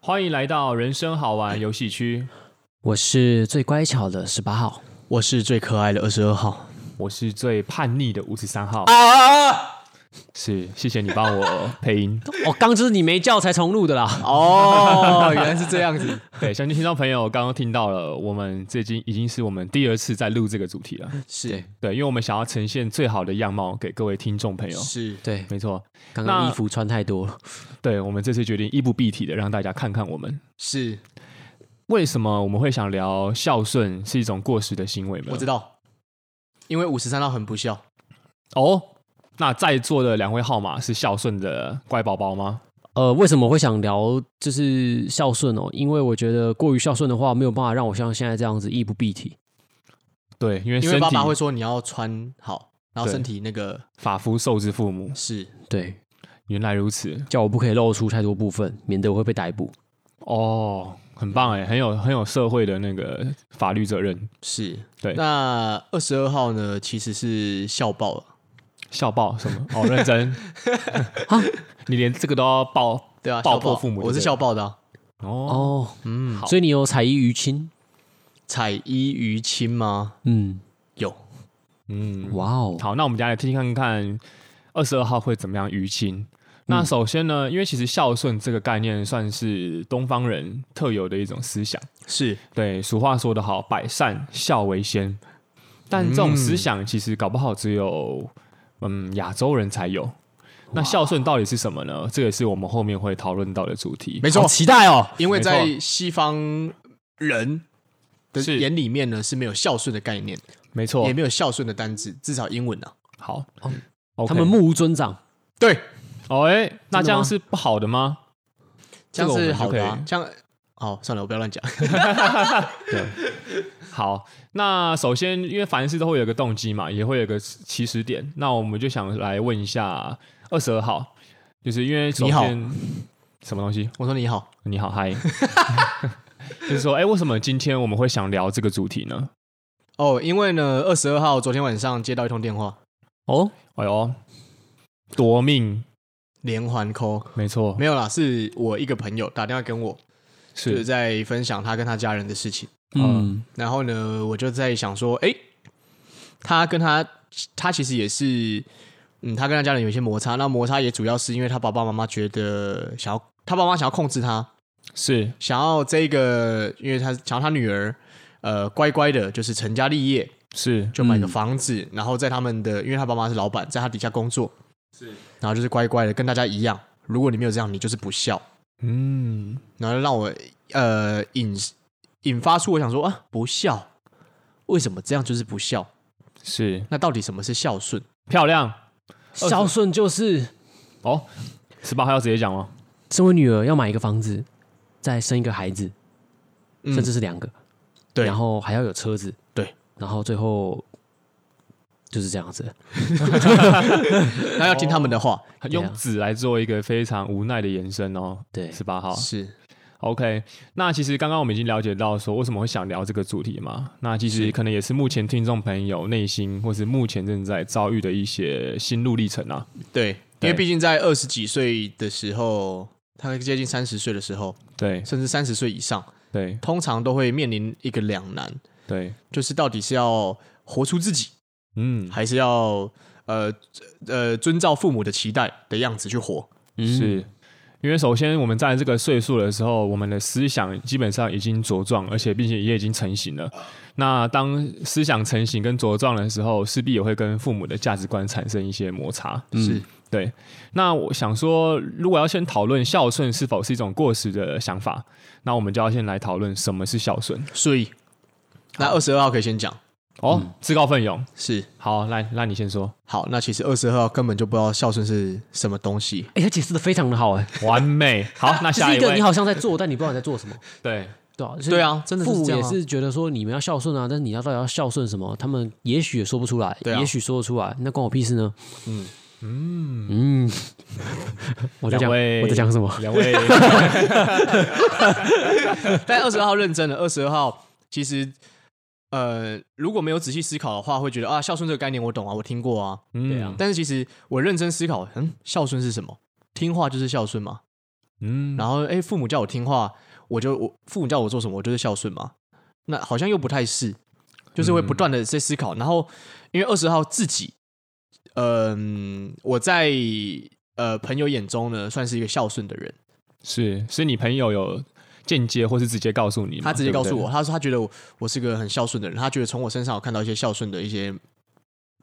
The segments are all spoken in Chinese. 欢迎来到人生好 玩游戏区，我是最乖巧的十八号，我是最可爱的二十二号。我是最叛逆的五十三号。啊是，谢谢你帮 我配音。我、哦、刚就是你没叫才重录的啦。 哦，原来是这样子。对，相信听众朋友刚刚听到了，我们这已经已经是我们第二次在录这个主题了。是对，因为我们想要呈现最好的样貌给各位听众朋友。是，对，没错，刚刚那衣服穿太多了。对我们这次决定衣不蔽体的让大家看看我们。是，啊为什么我们会想聊孝顺是一种过时的行为呢？我知道，因为五十三号很不孝。哦，那在座的两位号码是孝顺的乖宝宝吗？呃，为什么会想聊就是孝顺哦？因为我觉得过于孝顺的话，没有办法让我像现在这样子衣不蔽体。对，因为因哎身为体爸爸会说你要穿好，然后对身体那个法夫受之父母，是对，原来如此叫我不可以露出太多部分，免得我会被逮捕。哦，很棒哎，很有很有社会的那个法律责任，是。对那二十二号呢，其实是校报了，校报什么？哦，认 真啊你连这个都要报对啊，爆校破父母我是对不对校报的、啊，哦，哦，嗯，所以你有彩衣娱亲？彩衣娱亲吗？嗯，有，嗯，哇哦，好，那我们接下来听听看看二十二号会怎么样淤青。那首先呢，因为其实孝顺这个概念算是东方人特有的一种思想。是对，俗话说得好，百善孝为先。但这嗯种思想其实搞不好只有嗯亚洲人才有。那孝顺到底是什么呢？这也是我们后面会讨论到的主题。没好期待哦。因为没错在西方人的是眼里面呢是没有孝顺的概念，没错也，没有孝顺的单字，至少英文啊。好，哦 OK 他们目无尊长，对，哦哎、那真的这样吗是不好的吗？这这样个我是们就好的、啊可以，这样。哦，算了，我不要乱讲。好，那首先因为凡事都会有一个动机嘛，也会有一个起始点。那我们就想来问一下二十二号，就是因为首你好先什么东西？我说你好，你好，嗨， 就是说，哎、为什么今天我们会想聊这个主题呢？哦，因为呢，二十二号昨天晚上接到一通电话，哦，哎呦，夺命，连环 call，没错，没有啦，是我一个朋友打电话跟我，就是是在分享他跟他家人的事情。嗯，然后呢，我就在想说，诶，他跟他他其实也是，嗯，他跟他家人有一些摩擦，那摩擦也主要是因为他爸爸妈妈觉得想要他爸妈想要控制他，是，想要这个，因为他想要他女儿。呃，乖乖的，就是成家立业，是，就买个嗯房子，然后在他们的，因为他爸妈是老板，在他底下工作，是，然后就是乖乖的跟大家一样，如果你没有这样，你就是不孝，嗯，然后就让我呃引引发出我想说啊，不孝，为什么这样就是不孝？是那到底什么是孝顺？漂亮十孝顺就是哦。十八号要直接讲哦吗？身为女儿要买一个房子，再生一个孩子，嗯甚至是两个，对然后还要有车子，对，然后最后就是这样子，那要听他们的话，用纸来做一个非常无奈的延伸哦。对十八号是 OK，那其实刚刚我们已经了解到说为什么会想聊这个主题嘛，那其实可能也是目前听众朋友内心或是目前正在遭遇的一些心路历程啊。对，因对为毕竟在二十几岁的时候，他接近三十岁的时候，对甚至三十岁以上，对通常都会面临一个两难，对，就是到底是要活出自己，嗯，还是要呃呃遵照父母的期待的样子去活？嗯是因为首先我们在这个岁数的时候，我们的思想基本上已经茁壮，而且并且也已经成型了。那当思想成型跟茁壮的时候，势必也会跟父母的价值观产生一些摩擦。嗯是对，那我想说，如果要先讨论孝顺是否是一种过时的想法，那我们就要先来讨论什么是孝顺。所以，那二十二号可以先讲，哦，嗯自告奋勇。是好，来，那你先说。好，那其实二十二号根本就不知道孝顺是什么东西。哎、他解释的非常的好、哎，完美。好，啊那只下 是一一个你位。好像在做，但你不知道你在做什么，对，对啊，就是对啊，真的父是母这样也啊、是觉得说你们要孝顺啊，但是你要到底要孝顺什么？他们也许也说不出来，对啊也许说得出来，那关我屁事呢？嗯嗯嗯， 我在讲两位我在讲什么？两 位但二十号认真了，二十二号其实呃，如果没有仔细思考的话，会觉得啊，孝顺这个概念我懂啊，我听过啊。嗯，对啊但是其实我认真思考，嗯，孝顺是什么？听话就是孝顺吗？嗯，然后哎、诶父母叫我听话，我就我父母叫我做什么，我就是孝顺嘛。那好像又不太是，就是会不嗯断的在思考。然后因为二十号自己，嗯、我在呃朋友眼中呢，算是一个孝顺的人。是是你朋友有间接或是直接告诉你吗，他直接告诉对不对我，，他说他觉得我我是个很孝顺的人，他觉得从我身上有看到一些孝顺的一些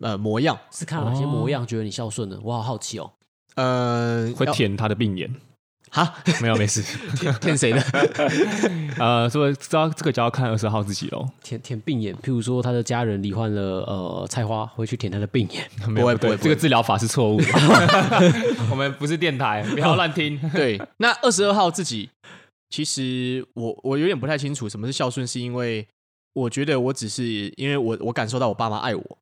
呃模样，是看了哪些模样觉得你孝顺的？我好好奇哦。呃，会要舔他的病 眼，哈 没有没事，骗谁的？呃，所以知道这个就要看二十号自己喽，舔舔病眼，譬如说他的家人罹患了呃菜花，会去舔他的病眼。 没有不会对不会这个治疗法是错误的， 我们不是电台，不要乱听。对，那二十二号自己，其实我我有点不太清楚什么是孝顺，是因为我觉得我只是因为我我感受到我爸妈爱我，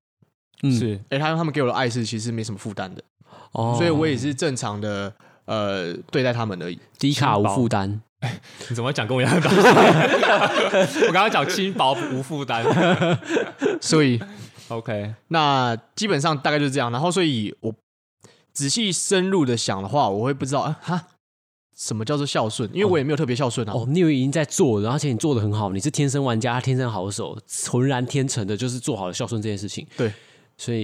嗯，是哎，他他们给我的爱是其实没什么负担的，哦，所以我也是正常的呃对待他们而已。低卡无负担。你怎么讲跟我一样 的？我刚刚讲轻薄无负担。所以 OK，那基本上大概就是这样。然后所以我仔细深入的想的话，我会不知道啊哈。什么叫做孝顺？因为我也没有特别孝顺啊。哦，你已经在做了，而且你做的很好，你是天生玩家，天生好手，浑然天成的，就是做好了孝顺这件事情。对，所以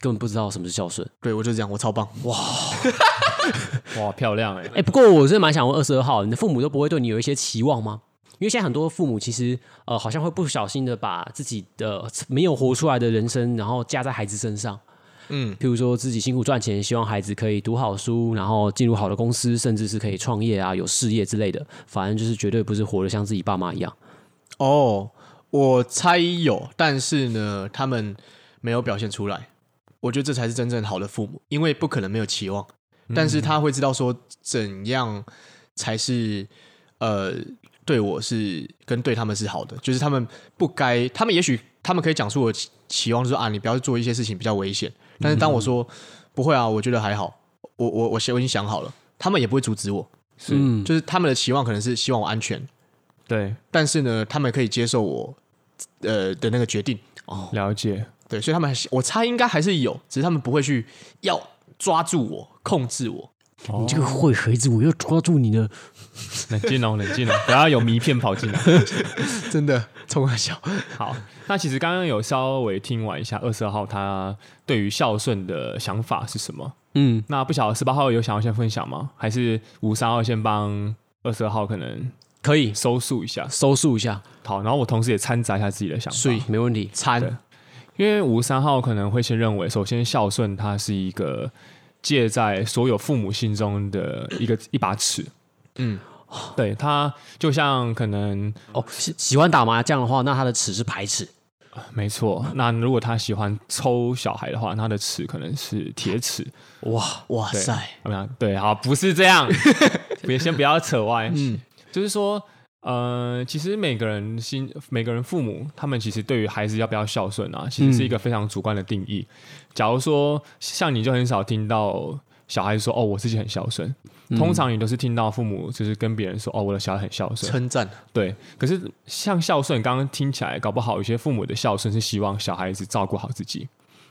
根本不知道什么是孝顺。对，我就这样，我超棒。哇，漂亮哎、哎、不过我是蛮想问二十二号，你的父母都不会对你有一些期望吗？因为现在很多父母其实呃，好像会不小心的把自己的没有活出来的人生，然后加在孩子身上。嗯，譬如说自己辛苦赚钱，希望孩子可以读好书，然后进入好的公司，甚至是可以创业啊、有事业之类的。反正就是绝对不是活得像自己爸妈一样。哦，我猜有，但是呢，他们没有表现出来。我觉得这才是真正好的父母，因为不可能没有期望，但是他会知道说怎样才是呃对我是跟对他们是好的，就是他们不该，他们也许他们可以讲出我期期望，就是啊，你不要做一些事情比较危险。但是当我说、不会啊，我觉得还好，我我我想我已经想好了，他们也不会阻止我，是嗯，就是他们的期望可能是希望我安全，对，但是呢，他们可以接受我呃的那个决定，了解。对，所以他们还是我猜应该还是有，只是他们不会去要抓住我、控制我。你这个坏孩子，我要抓住你了。冷静哦，冷静哦，不要有迷片跑进来。真的，冲啊小，好，那其实刚刚有稍微听完一下二十二号他对于孝顺的想法是什么？嗯，那不晓得十八号有想要先分享吗？还是五三号先帮二十二号可能可以收束一下？收束一下，啊好，然后我同时也掺杂一下自己的想法。所以没问题。对惨，因为五十三号可能会先认为，首先孝顺它是一个介在所有父母心中的一个一把尺。嗯，对，它就像可能哦，喜喜欢打麻将的话，那他的尺是排尺。没错。那如果他喜欢抽小孩的话，那他的尺可能是铁尺。哇，哇对塞，怎么样？对，好，不是这样，别先不要扯歪。嗯，就是说，呃，其实每个人心，每个人父母，他们其实对于孩子要不要孝顺啊，其实是一个非常主观的定义。假如说像你就很少听到小孩说哦，我自己很孝顺。通常你都是听到父母就是跟别人说哦，我的小孩很孝顺，称赞，对。可是像孝顺，刚刚听起来搞不好有些父母的孝顺是希望小孩子照顾好自己，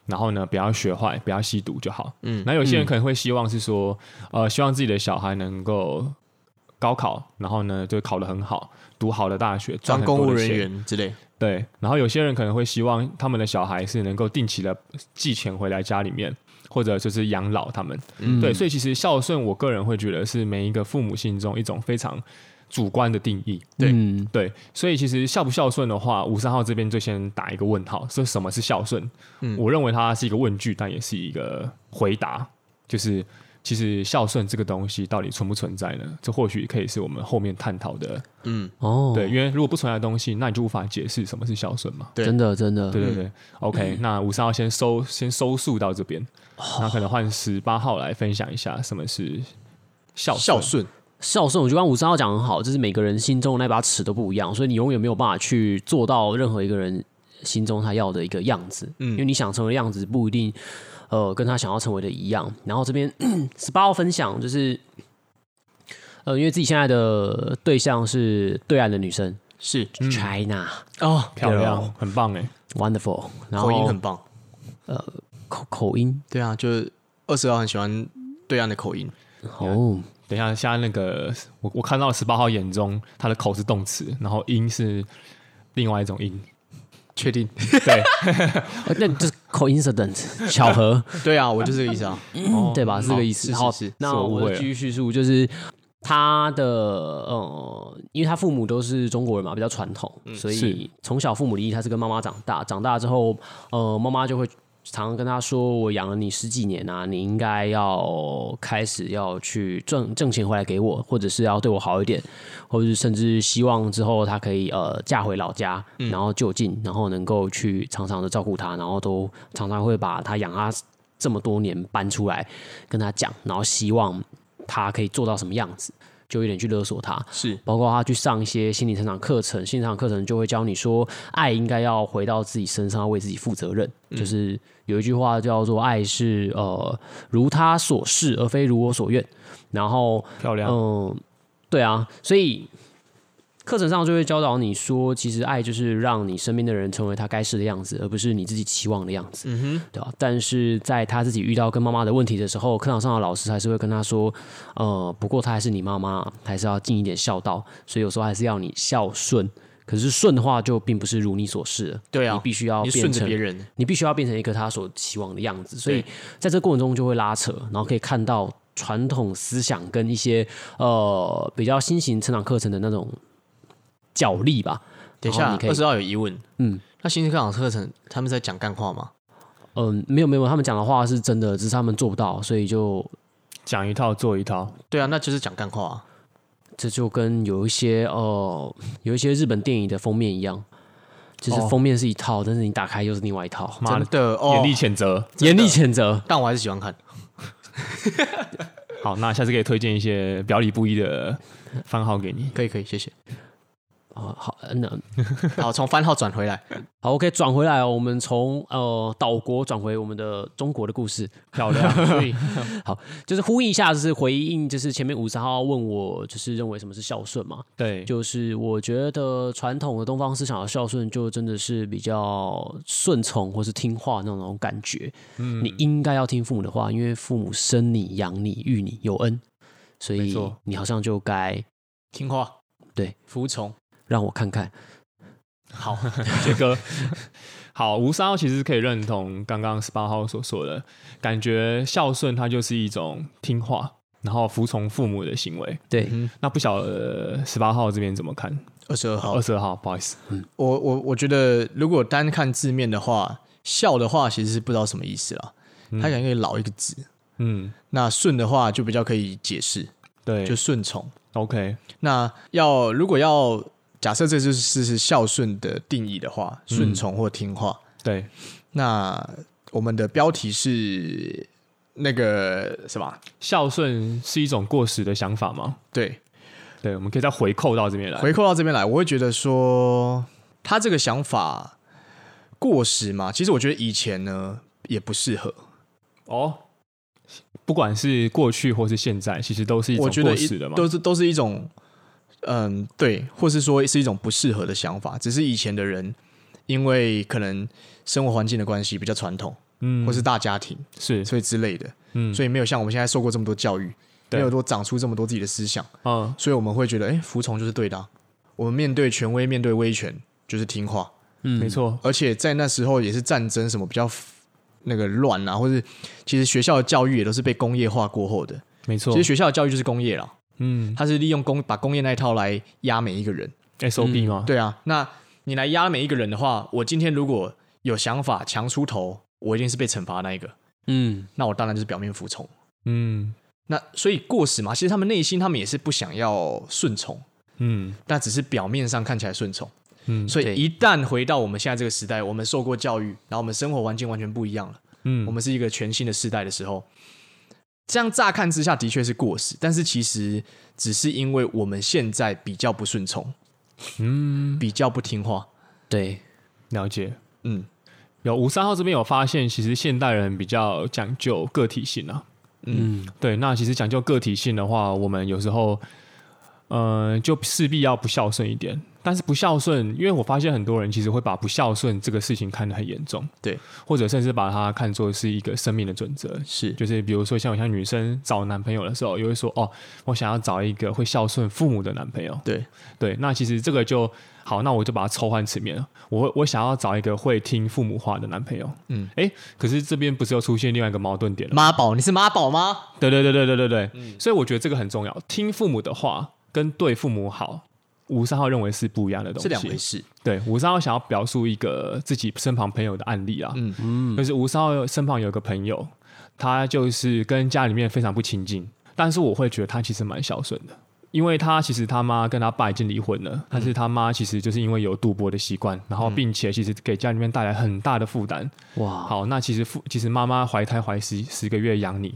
然后呢不要学坏，不要吸毒就好。嗯那有些人可能会希望是说，呃，希望自己的小孩能够高考，然后呢就考得很好，读好的大学，赚当很多公的务人钱。员之类，对，然后有些人可能会希望他们的小孩是能够定期的寄钱回来家里面，或者就是养老他们。嗯对，所以其实孝顺，我个人会觉得是每一个父母心中一种非常主观的定义。对嗯对，所以其实孝不孝顺的话，五三号这边就先打一个问号，说什么是孝顺？我认为它是一个问句，但也是一个回答，就是其实孝顺这个东西到底存不存在呢？这或许可以是我们后面探讨的。嗯，哦，对，因为如果不存在的东西，那你就无法解释什么是孝顺嘛。对真的真的，对对对、o k 那五三号先收先收束到这边，那、可能换十八号来分享一下什么是孝孝顺。顺，孝顺，我觉得刚五三号讲得很好，就是每个人心中那把尺都不一样，所以你永远没有办法去做到任何一个人心中他要的一个样子，嗯因为你想成为的样子不一定，呃，跟他想要成为的一样。然后这边 十八号分享就是，呃，因为自己现在的对象是对岸的女生、是 c h i n a 哦，漂亮，很棒哎、 Wonderful，然后口音很棒，口口音对啊，就是二十二很喜欢对岸的口音，哦，等一下，现在那个我我看到十八号眼中，他的口是动词，然后音是另外一种音。确定？对，呃那就是 coincidence 巧 合， 对啊，我就这个意思啊。哦对吧？是这个意是思。是好是，那是我误我会啊的了继续叙述，就是他的呃，因为他父母都是中国人嘛，比较传统，所是以从小父母离异，他是跟妈妈长大。长大之后，呃，妈妈就会常常跟他说：“我养了你十几年啊，你应该要开始要去挣挣钱回来给我，或者是要对我好一点，或者是甚至希望之后他可以呃嫁回老家，然后就近，然后能够去常常的照顾他，然后都常常会把他养他这么多年搬出来跟他讲，然后希望他可以做到什么样子，就有点去勒索他。是包括他去上一些心理成长课程，心理成长课程就会教你说，爱应该要回到自己身上，要为自己负责任。就是有一句话叫做“爱是呃如他所示，而非如我所愿”。然后漂亮。嗯，对啊，所以课程上就会教导你说，其实爱就是让你身边的人成为他该是的样子，而不是你自己期望的样子，嗯哼，对吧、但是在他自己遇到跟妈妈的问题的时候，课堂上的老师还是会跟他说，呃，不过她还是你妈妈，还是要尽一点孝道，所以有时候还是要你孝顺。可是顺的话，就并不是如你所示了，对啊你必须要你变顺着成别人，你必须要变成一个他所期望的样子，所以对在这过程中就会拉扯，然后可以看到传统思想跟一些呃比较新型成长课程的那种角力吧。等一然后下你，可以二十号有疑问。嗯，那新课长课程他们在讲干话吗？嗯、没有没有，他们讲的话是真的，只是他们做不到，所以就讲一套做一套，对啊，那就是讲干话啊。这就跟有一些呃有一些日本电影的封面一样，就是哦封面是一套，但是你打开又是另外一套，妈真的，的哦严，厉谴责。严厉谴责。但我还是喜欢看。好，那下次可以推荐一些表里不一的番号给你。可以可以，谢 谢。哦，好，那好，从番号转回来。好，OK，转回来哦，我们从呃岛国转回我们的中国的故事。漂 亮，所以就是呼应一下，就是回应，就是前面五十号问我，就是认为什么是孝顺嘛？对，就是我觉得传统的东方思想的孝顺，就真的是比较顺从或是听话那种感觉。嗯，你应该要听父母的话，因为父母生你、养你、育你，有恩，所没以错你好像就该听话，对，服从。让我看看。好， 杰哥。好，吴三号其实可以认同刚刚十八号所说的，感觉孝顺它就是一种听话，然后服从父母的行为。对，那不晓得十八号这边怎么看？二十二号二，十二号，不好意思，哦我我我觉得，如果单看字面的话，孝的话其实是不知道什么意思啦。它可能可以老一个字。嗯，那顺的话就比较可以解释，对，就顺从。 OK，那要如果要假设这就是是孝顺的定义的话，顺从或听话，对，那我们的标题是那个什么？孝顺是一种过时的想法吗？对，对，我们可以再回扣到这边来。回扣到这边来，我会觉得说他这个想法过时嘛？其实我觉得以前呢也不适合，哦，不管是过去或是现在，其实都是一种我觉过得一时的嘛。都是都是一种嗯对，或是说是一种不适合的想法，只是以前的人因为可能生活环境的关系比较传统，嗯，或是大家庭，是，所以之类的，嗯，所以没有像我们现在受过这么多教育，没对有多长出这么多自己的思想，嗯，所以我们会觉得，哎、服从就是对的啊、我们面对权威，面对威权，就是听话。嗯嗯没错，而且在那时候也是战争什么比较 f- 那个乱啊，或者其实学校的教育也都是被工业化过后的。没错其实，学校的教育就是工业了，嗯它是利用工把工业那一套来压每一个人。 ，SOB 吗？对啊，那你来压每一个人的话，我今天如果有想法强出头，我一定是被惩罚那一个。嗯，那我当然就是表面服从。嗯那所以过时嘛，其实他们内心他们也是不想要顺从，嗯但只是表面上看起来顺从。嗯所对以一旦回到我们现在这个时代，我们受过教育，然后我们生活环境完全不一样了。嗯，我们们是一个全新的世代的时候，这样乍看之下的确是过时，但是其实只是因为我们现在比较不顺从，嗯，比较不听话，对，了解。嗯有五三号这边有发现，其实现代人比较讲究个体性啊。嗯，对，那其实讲究个体性的话，我们有时候呃，就势必要不孝顺一点。但是不孝顺，因为我发现很多人其实会把不孝顺这个事情看得很严重，对，或者甚至把它看作是一个生命的准则。是就是比如说像像女生找男朋友的时候，也会说哦，我想要找一个会孝顺父母的男朋友。对对，那其实这个就好，那我就把它抽换层面了。我我想要找一个会听父母话的男朋友。嗯，哎，可是这边不是又出现另外一个矛盾点了吗？妈宝，你是妈宝吗？对对对对对对对，嗯所以我觉得这个很重要，听父母的话跟对父母好。吴三号认为是不一样的东西，是两回事。对，吴三号想要表述一个自己身旁朋友的案例啊，嗯嗯，就是吴三号身旁有个朋友，他就是跟家里面非常不亲近，但是我会觉得他其实蛮孝顺的，因为他其实他妈跟他爸已经离婚了，但是他妈其实就是因为有赌博的习惯，然后并且其实给家里面带来很大的负担。哇，好，那其实父其实妈妈怀胎怀十十个月养你，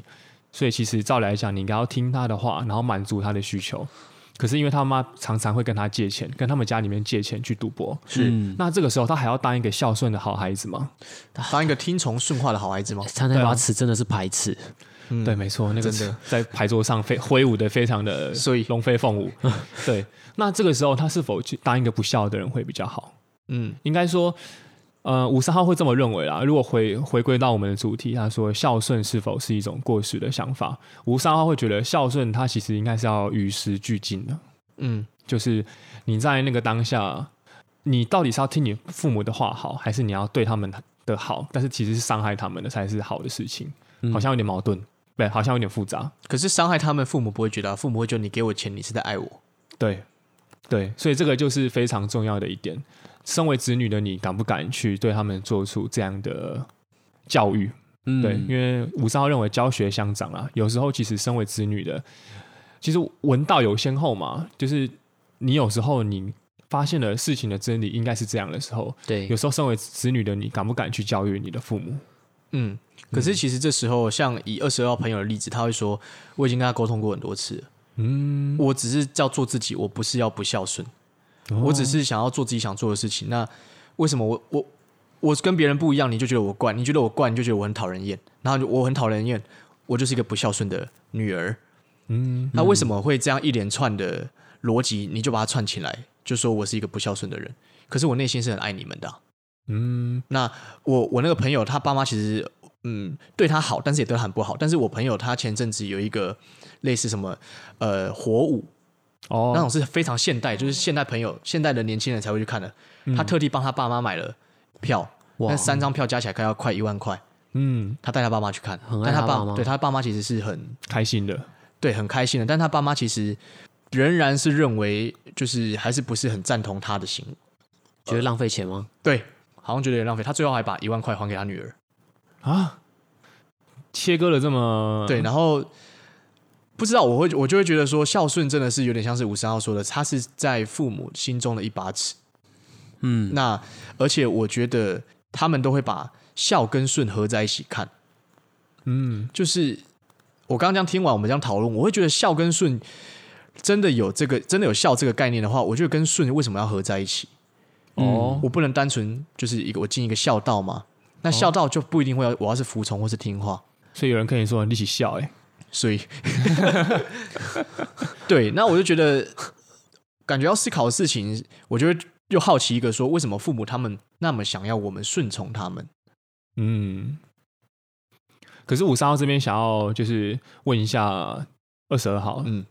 所以其实照理来讲，你应该要听她的话，然后满足她的需求。可是因为他妈常常会跟他借钱，跟他们家里面借钱去赌博，是嗯那这个时候他还要当一个孝顺的好孩子吗？当一个听从顺化的好孩子吗？他那把尺真的是排斥，嗯对，没错，那个真的在牌桌上非挥舞的非常的，所以龙飞凤 舞。对，那这个时候他是否去当一个不孝的人会比较好？嗯，应该说，呃，五十号会这么认为啦。如果回回归到我们的主题，他说孝顺是否是一种过时的想法？五十号会觉得孝顺，它其实应该是要与时俱进的。嗯，就是你在那个当下，你到底是要听你父母的话好，还是你要对他们的好？但是其实是伤害他们的才是好的事情，嗯好像有点矛盾，对，好像有点复杂。可是伤害他们，父母不会觉得啊、父母会觉得你给我钱，你是在爱我。对，对，所以这个就是非常重要的一点。身为子女的你，敢不敢去对他们做出这样的教育？嗯对，因为五十号认为教学相长啦，有时候其实身为子女的，其实闻道有先后嘛，就是你有时候你发现了事情的真理应该是这样的时候，有对，时候身为子女的你，敢不敢去教育你的父母？嗯，可是其实这时候，像以二十二号朋友的例子，他会说，我已经跟他沟通过很多次了，嗯，我只是要做自己，我不是要不孝顺，我只是想要做自己想做的事情。那为什么我我我跟别人不一样，你就觉得我怪，你觉得我怪，你就觉得我很讨人厌，然后你我很讨人厌，我就是一个不孝顺的女儿。嗯，那为什么会这样一连串的逻辑，你就把它串起来，就说我是一个不孝顺的人？可是我内心是很爱你们的啊、嗯，那我我那个朋友他爸妈其实嗯对他好，但是也对他很不好。但是我朋友他前阵子有一个类似什么呃火舞那哦，种是非常现代，就是现代朋友现代的年轻人才会去看的。嗯他特地帮他爸妈买了票，那三张票加起来快要快一万块。嗯，他带他爸妈去看，很爱但他他爸妈对他爸妈其实是很开心的，对很开心的，但他爸妈其实仍然是认为就是还是不是很赞同他的行为，觉得浪费钱吗？对，好像觉得有点浪费。他最后还把一万块还给他女儿。啊，切割了这么对，然后不知道我会我就会觉得说孝顺真的是有点像是吴三号说的，他是在父母心中的一把尺。嗯，那而且我觉得他们都会把孝跟顺合在一起看，嗯，就是我刚刚这样听完我们这样讨论，我会觉得孝跟顺真的有这个真的有孝这个概念的话，我觉得跟顺为什么要合在一起？哦，我不能单纯就是一个我尽一个孝道嘛。那孝道就不一定会要我要是服从或是听话，所以有人跟你说你一起笑、欸，哎，所以，对，那我就觉得，感觉要思考的事情，我就会又好奇一个说，为什么父母他们那么想要我们顺从他们？嗯，可是五三号这边想要就是问一下二十二号，嗯，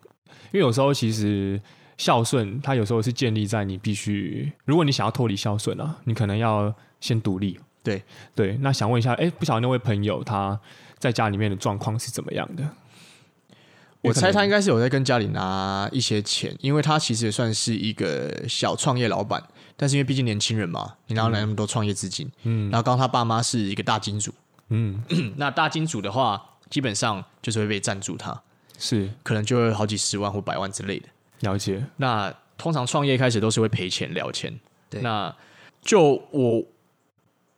因为有时候其实孝顺，它有时候是建立在你必须，如果你想要脱离孝顺啊，你可能要先独立。对对，那想问一下，哎，不晓得那位朋友他在家里面的状况是怎么样的？我猜他应该该是有在跟家里拿一些钱，因为他其实也算是一个小创业老板，但是因为毕竟年轻人嘛，你哪有那么多创业资金？嗯，然后刚刚他爸妈是一个大金主，嗯那大金主的话，基本上就是会被赞助他，是可能就会好几十万或百万之类的。了解，那通常创业开始都是会赔钱聊钱。对那就我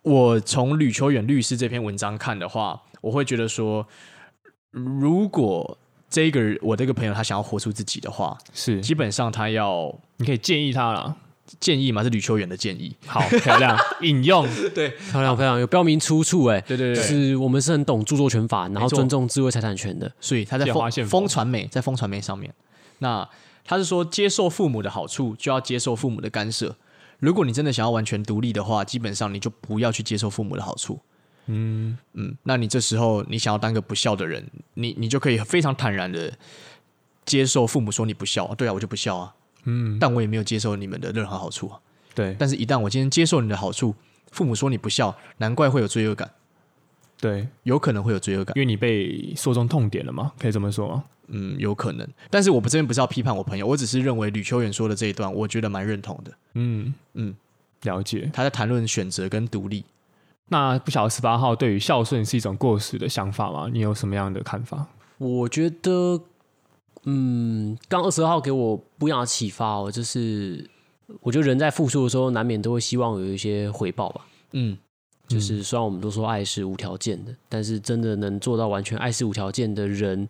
我从吕秋远律师这篇文章看的话，我会觉得说，如果这个人我这个朋友他想要活出自己的话，是基本上他要你可以建议他啦。建议嘛，是吕秋远的建议。好，漂亮，引用 漂亮漂亮，有标明出处哎、 对对就对，是我们是很懂著作权法，然后没错尊重智慧财产权的。所以他在借花风献佛风传媒，在风传媒上面，那他是说接受父母的好处，就要接受父母的干涉。如果你真的想要完全独立的话，基本上你就不要去接受父母的好处。嗯嗯，那你这时候你想要当个不孝的人，你你就可以非常坦然的接受父母说你不孝、啊，对啊，我就不孝啊，嗯，但我也没有接受你们的任何好处啊。对但是，一旦我今天接受你的好处，父母说你不孝，难怪会有罪恶感，对，有可能会有罪恶感因。为你被说中痛点了嘛，可以这么说吗？嗯，有可能。但是我们这边不是要批判我朋友，我只是认为吕秋远说的这一段，我觉得蛮认同的。嗯嗯，了解。他在谈论选择跟独立。那不晓得十八号对于孝顺是一种过时的想法吗？你有什么样的看法？我觉得，嗯，刚二十二号给我不一样的启发哦，就是我觉得人在付出的时候，难免都会希望有一些回报吧。嗯就是虽然我们都说爱是无条件的，但是真的能做到完全爱是无条件的人，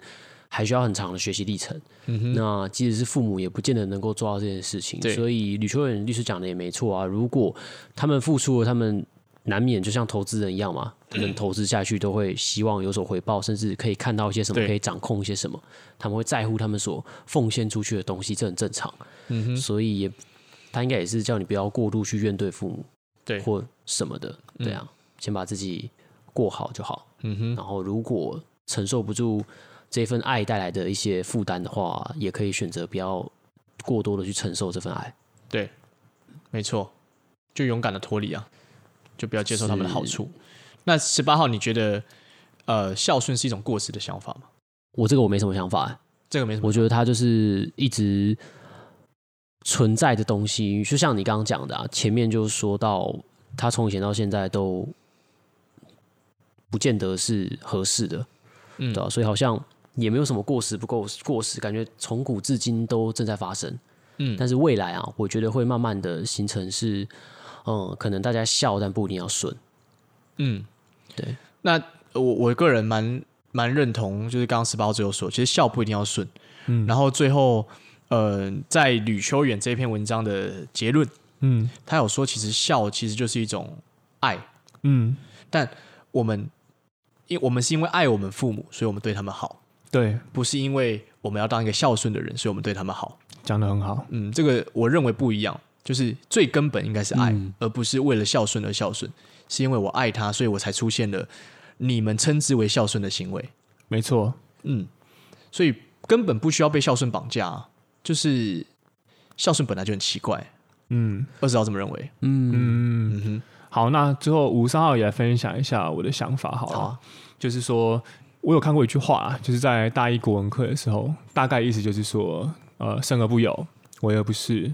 还需要很长的学习历程。嗯哼，那即使是父母，也不见得能够做到这件事情。对所以吕秋远律师讲的也没错啊，如果他们付出了，他们难免就像投资人一样嘛，嗯他们投资下去都会希望有所回报，甚至可以看到一些什么，对可以掌控一些什么，他们会在乎他们所奉献出去的东西，这很正常。嗯哼，所以也他应该也是叫你不要过度去怨对父母，对或什么的，对啊，先把自己过好就好。嗯哼，然后如果承受不住这份爱带来的一些负担的话，也可以选择不要过多的去承受这份爱。对，没错，就勇敢的脱离啊，就不要接受他们的好处。那十八号，你觉得呃孝顺是一种过时的想法吗？我这个我没什么想法、欸，这个没什么。我觉得它就是一直存在的东西，就像你刚刚讲的、啊，前面就说到，它从以前到现在都不见得是合适的，嗯对、啊、所以好像也没有什么过时不过时过时，感觉从古至今都正在发生。嗯但是未来啊，我觉得会慢慢的形成是，嗯，可能大家笑，但不一定要顺。嗯，对。那我我个人蛮蛮认同，就是刚刚十八号最后说，其实笑不一定要顺。嗯，然后最后呃，在吕秋远这篇文章的结论，嗯他有说，其实笑其实就是一种爱。嗯，我们因我们是因为爱我们父母，所以我们对他们好，对，不是因为我们要当一个孝顺的人，所以我们对他们好。讲的很好。嗯，这个我认为不一样，就是最根本应该是爱，嗯而不是为了孝顺而孝顺，是因为我爱他，所以我才出现了你们称之为孝顺的行为。没错，嗯，所以根本不需要被孝顺绑架、啊，就是孝顺本来就很奇怪。嗯二十号这么认为？嗯，嗯哼，好，那最后五三号也来分享一下我的想法好了，好啊就是说我有看过一句话啊，就是在大一国文课的时候，大概意思就是说，呃，生而不有，为而不是，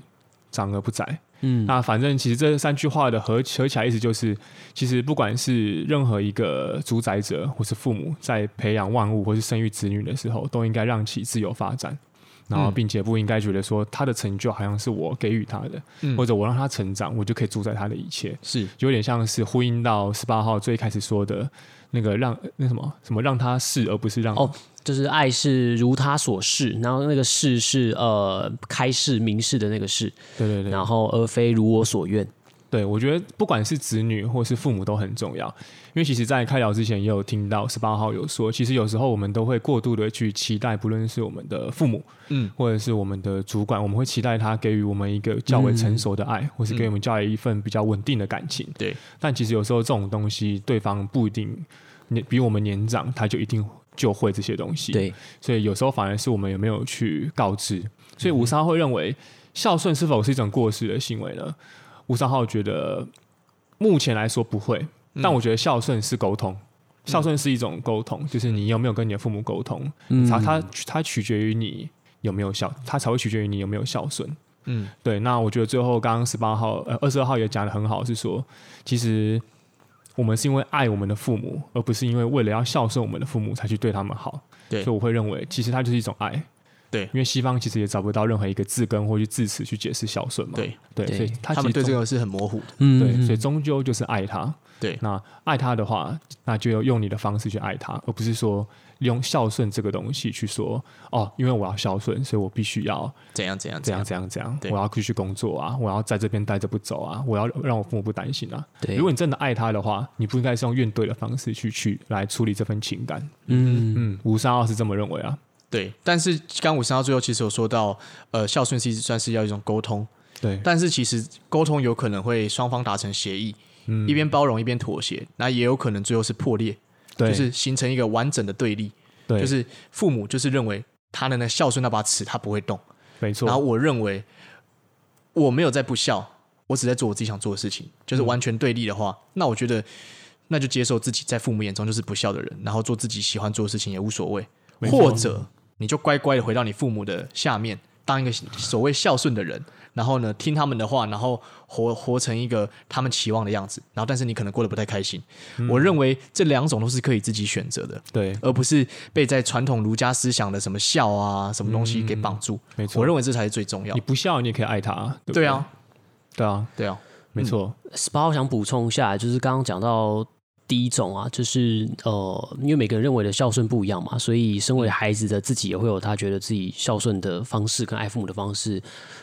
长而不宰。嗯那反正其实这三句话的合合起来意思就是，其实不管是任何一个主宰者或是父母，在培养万物或是生育子女的时候，都应该让其自由发展，然后并且不应该觉得说他的成就好像是我给予他的，嗯或者我让他成长，我就可以主宰他的一切，是有点像是呼应到十八号最开始说的那个让那什么什么让他是，而不是让哦就是爱是如他所示，然后那个示是呃开示明示的那个示，对对对，然后而非如我所愿。对，我觉得不管是子女或是父母都很重要，因为其实，在开聊之前也有听到十八号有说，其实有时候我们都会过度的去期待，不论是我们的父母，嗯，或者是我们的主管，我们会期待他给予我们一个较为成熟的爱，或是给我们较为一份比较稳定的感情。对，但其实有时候这种东西，对方不一定年比我们年长，他就一定就会这些东西。对，所以有时候反而是我们有没有去告知。所以吴三号会认为孝顺是否是一种过时的行为呢？吴三号觉得目前来说不会，但我觉得孝顺是沟通。孝顺是一种沟通，就是你有没有跟你的父母沟通，嗯它它它取决于你有没有孝，它才会取决于你有没有孝顺。嗯，对。那我觉得最后刚刚十八号呃二十二号也讲的很好，是说其实我们是因为爱我们的父母，而不是因为为了要孝顺我们的父母才去对他们好。对所以我会认为其实它就是一种爱。对因为西方其实也找不到任何一个字根或去字词去解释孝顺嘛。对对，对所以它其他们实对这终个是很模糊的。嗯对，所以终究就是爱他。对那爱他的话，那就用你的方式去爱他，而不是说利用孝顺这个东西去说哦，因为我要孝顺，所以我必须要怎样怎样怎怎样样？怎样怎样，对我要继续工作啊，我要在这边待着不走啊，我要让我父母不担心啊。对如果你真的爱他的话，你不应该是用怨怼的方式去去来处理这份情感。嗯嗯，吴三二是这么认为啊。对，但是刚五十到最后，其实有说到，呃，孝顺是算是要一种沟通，对，但是其实沟通有可能会双方达成协议，嗯一边包容一边妥协，那也有可能最后是破裂，对就是形成一个完整的对立，对，就是父母就是认为他的那孝顺那把尺他不会动，没错，然后我认为我没有在不孝，我只在做我自己想做的事情，就是完全对立的话，那我觉得那就接受自己在父母眼中就是不孝的人，然后做自己喜欢做的事情也无所谓，没错或者你就乖乖的回到你父母的下面，当一个所谓孝顺的人，然后呢听他们的话，然后活活成一个他们期望的样子，然后但是你可能过得不太开心。嗯我认为这两种都是可以自己选择的。对，而不是被在传统儒家思想的什么孝啊、什么东西给绑住。没错我认为这才是最重要你。不笑你也可以爱他，对不对，啊，对啊，对啊，没错， SPA 我想补充一下，就是刚刚讲到第一种啊，就是呃，因为每个人认为的孝顺不一样嘛，所以身嗯为孩子的自己也会有他觉得自己孝顺的方式跟爱父母的方式。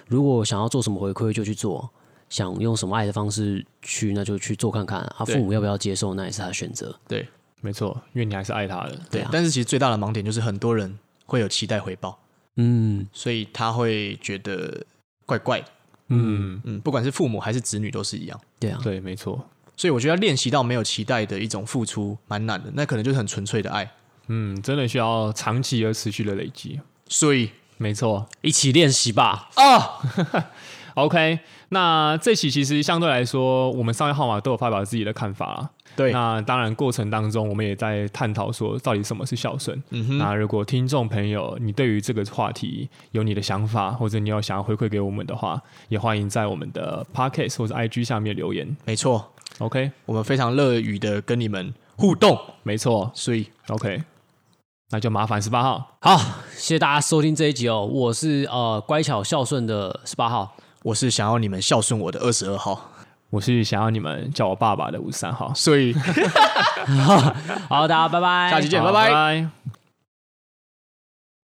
如果想要做什么回馈就去做，想用什么爱的方式去那就去做看看啊，对父母要不要接受那也是他的选择。对没错，因为你还是爱他的，对对啊但是其实最大的盲点就是很多人会有期待回报，嗯，所以他会觉得怪怪的。嗯，嗯，不管是父母还是子女都是一样。对啊，对，没错，所以我觉得要练习到没有期待的一种付出，蛮难的。那可能就是很纯粹的爱。嗯，真的需要长期而持续的累积，所以没错。一起练习吧。啊， OK，那这期其实相对来说，我们上一号码都有发表自己的看法啦。对，那当然，过程当中我们也在探讨说，到底什么是孝顺。嗯那如果听众朋友你对于这个话题有你的想法，或者你有想要回馈给我们的话，也欢迎在我们的 Podcast 或者 IG 下面留言。没错， OK，我们非常乐于的跟你们互动。没错所以，OK，那就麻烦十八号，好，谢谢大家收听这一集哦，我是呃乖巧孝顺的十八号，我是想要你们孝顺我的二十二号。我是想要你们叫我爸爸的五十三号，所以好，大家拜拜，下期见好拜拜拜